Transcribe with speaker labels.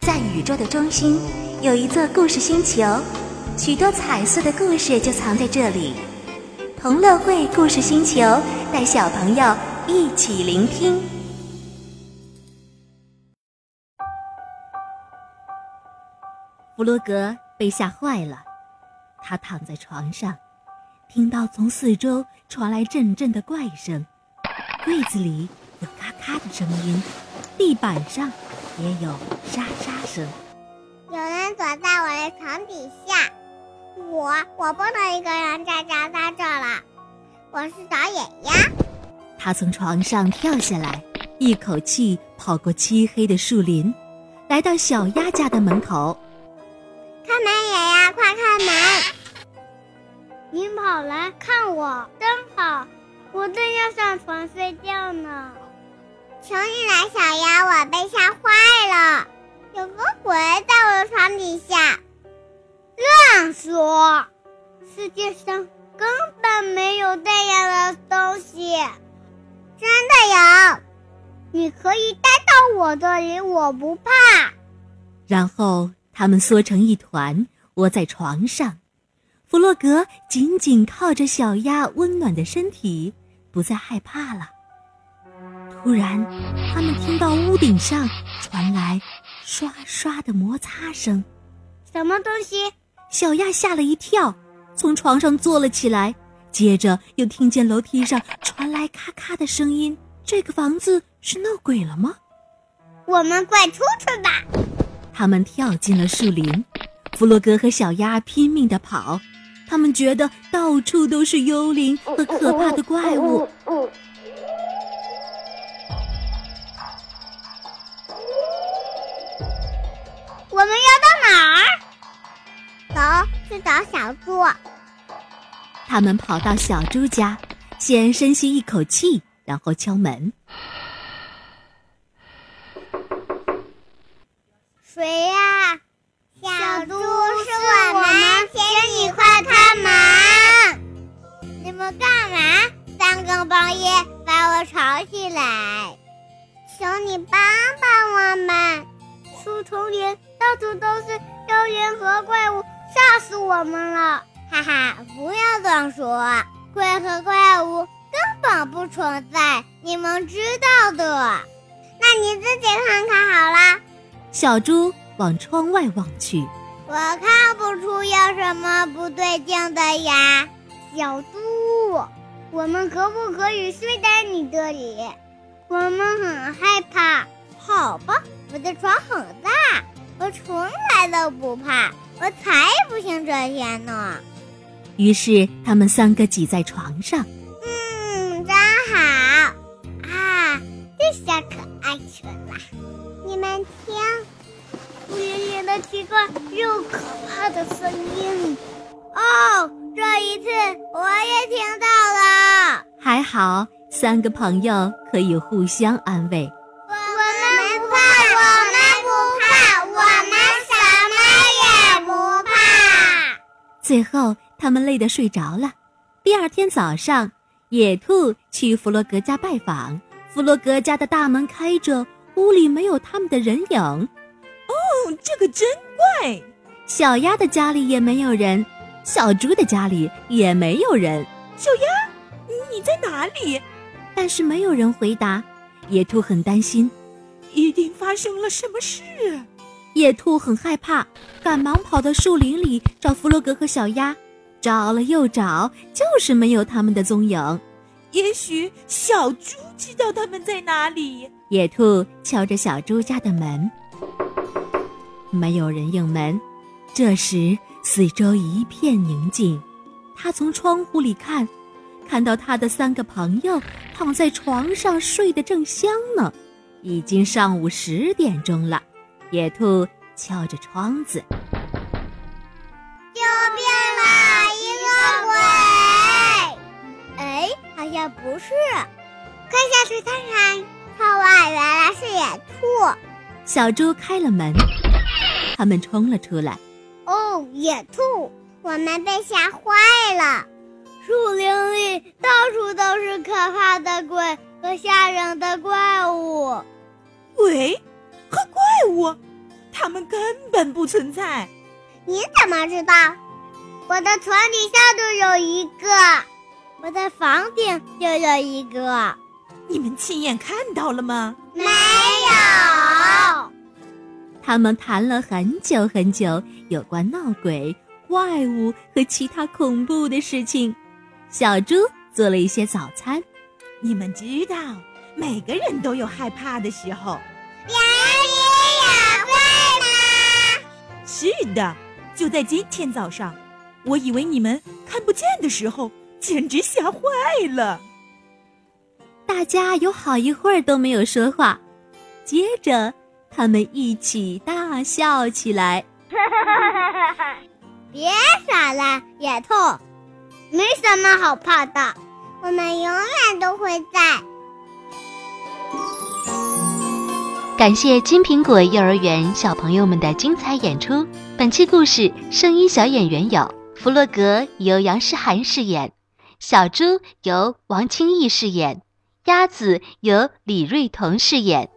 Speaker 1: 在宇宙的中心有一座故事星球，许多彩色的故事就藏在这里。同乐会故事星球带小朋友一起聆听。
Speaker 2: 弗洛格被吓坏了，他躺在床上，听到从四周传来阵阵的怪声，柜子里有咔咔的声音，地板上也有沙沙声。
Speaker 3: 有人躲在我的床底下，我我不能一个人在家待着了，我是找野鸭。
Speaker 2: 他从床上跳下来，一口气跑过漆黑的树林，来到小鸭家的门口。
Speaker 3: 开门，野鸭，快开门！
Speaker 4: 你跑来看我，真好，我正要上床睡觉呢。
Speaker 3: 求你来，小鸭，我被吓坏了，有个鬼在我的床底下。
Speaker 4: 乱说！世界上根本没有这样的东西，
Speaker 3: 真的有。
Speaker 4: 你可以待到我这里，我不怕。
Speaker 2: 然后他们缩成一团，窝在床上。弗洛格紧紧靠着小鸭温暖的身体，不再害怕了。突然，他们听到屋顶上传来刷刷的摩擦声。
Speaker 4: 什么东西？
Speaker 2: 小鸭吓了一跳，从床上坐了起来。接着又听见楼梯上传来咔咔的声音。这个房子是闹鬼了吗？
Speaker 4: 我们快出去吧！
Speaker 2: 他们跳进了树林。弗洛格和小鸭拼命地跑，他们觉得到处都是幽灵和可怕的怪物。
Speaker 4: 我们要到哪儿？
Speaker 3: 走，去找小猪。
Speaker 2: 他们跑到小猪家，先深吸一口气，然后敲门。
Speaker 4: 谁呀、
Speaker 3: 小猪
Speaker 4: 是
Speaker 3: 是我们，请你快开门！你们干嘛？三更半夜把我吵起来，求你帮帮我们！
Speaker 4: 树丛里到处都是幽灵和怪物，吓死我们了！
Speaker 3: 哈哈，啊不要乱说，鬼和怪物根本不存在，你们知道的。那你自己看看好了，
Speaker 2: 小猪往窗外望去，
Speaker 3: 我看不出有什么不对劲的呀。
Speaker 4: 小猪，我们可不可以睡在你这里？我们很害怕。
Speaker 3: 好吧，我的床很大，我从来都不怕，我才不信这些呢。
Speaker 2: 于是他们三个挤在床上。
Speaker 3: 嗯，真好啊！这下可爱极了。你们听，
Speaker 4: 树林里的奇怪又可怕的声音。
Speaker 3: 哦，这一次我也听到了。
Speaker 2: 还好，三个朋友可以互相安慰。
Speaker 3: 我们不怕，我们不怕，我们什么也不怕。
Speaker 2: 最后，他们累得睡着了。第二天早上，野兔去弗洛格家拜访，弗洛格家的大门开着，屋里没有他们的人影。哦，
Speaker 5: 这个真怪！
Speaker 2: 小鸭的家里也没有人，小猪的家里也没有人，
Speaker 5: 小鸭，你在哪里？
Speaker 2: 但是没有人回答。野兔很担心，
Speaker 5: 一定发生了什么事？
Speaker 2: 野兔很害怕，赶忙跑到树林里找弗洛格和小鸭，找了又找，就是没有他们的踪影。
Speaker 5: 也许小猪知道他们在哪里。
Speaker 2: 野兔敲着小猪家的门，没有人应门。这时，四周一片宁静。他从窗户里看，看到他的三个朋友躺在床上睡得正香呢。已经上午十点钟了，野兔敲着窗子。
Speaker 3: 救命啦！一个鬼！哎，好像不是。快下去看看，窗外原来是野兔。
Speaker 2: 小猪开了门，他们冲了出来。
Speaker 3: 哦，野兔，我们被吓坏了。
Speaker 4: 树林里到处都是可怕的鬼和吓人的怪物。
Speaker 5: 鬼和怪物，他
Speaker 6: 他们根本不存在。
Speaker 3: 你怎么知道？我的床底下就有一个，
Speaker 7: 我的房顶就有一个。
Speaker 6: 你们亲眼看到了吗？
Speaker 3: 没有。
Speaker 2: 他们谈了很久很久有关闹鬼、怪物和其他恐怖的事情。小猪做了一些早餐。
Speaker 6: 你们知道，每个人都有害怕的时候。
Speaker 3: 羊也有怪吗？
Speaker 6: 是的，就在今天早上，我以为你们看不见的时候，简直吓坏了。
Speaker 2: 大家有好一会儿都没有说话，接着他们一起大笑起来。
Speaker 7: 别傻了，野兔，
Speaker 3: 没什么好怕的，我们永远都会在。
Speaker 8: 感谢金苹果幼儿园小朋友们的精彩演出。本期故事声音小演员有弗洛格由杨诗涵饰演，小猪由王清义饰演，鸭子由李瑞彤饰演。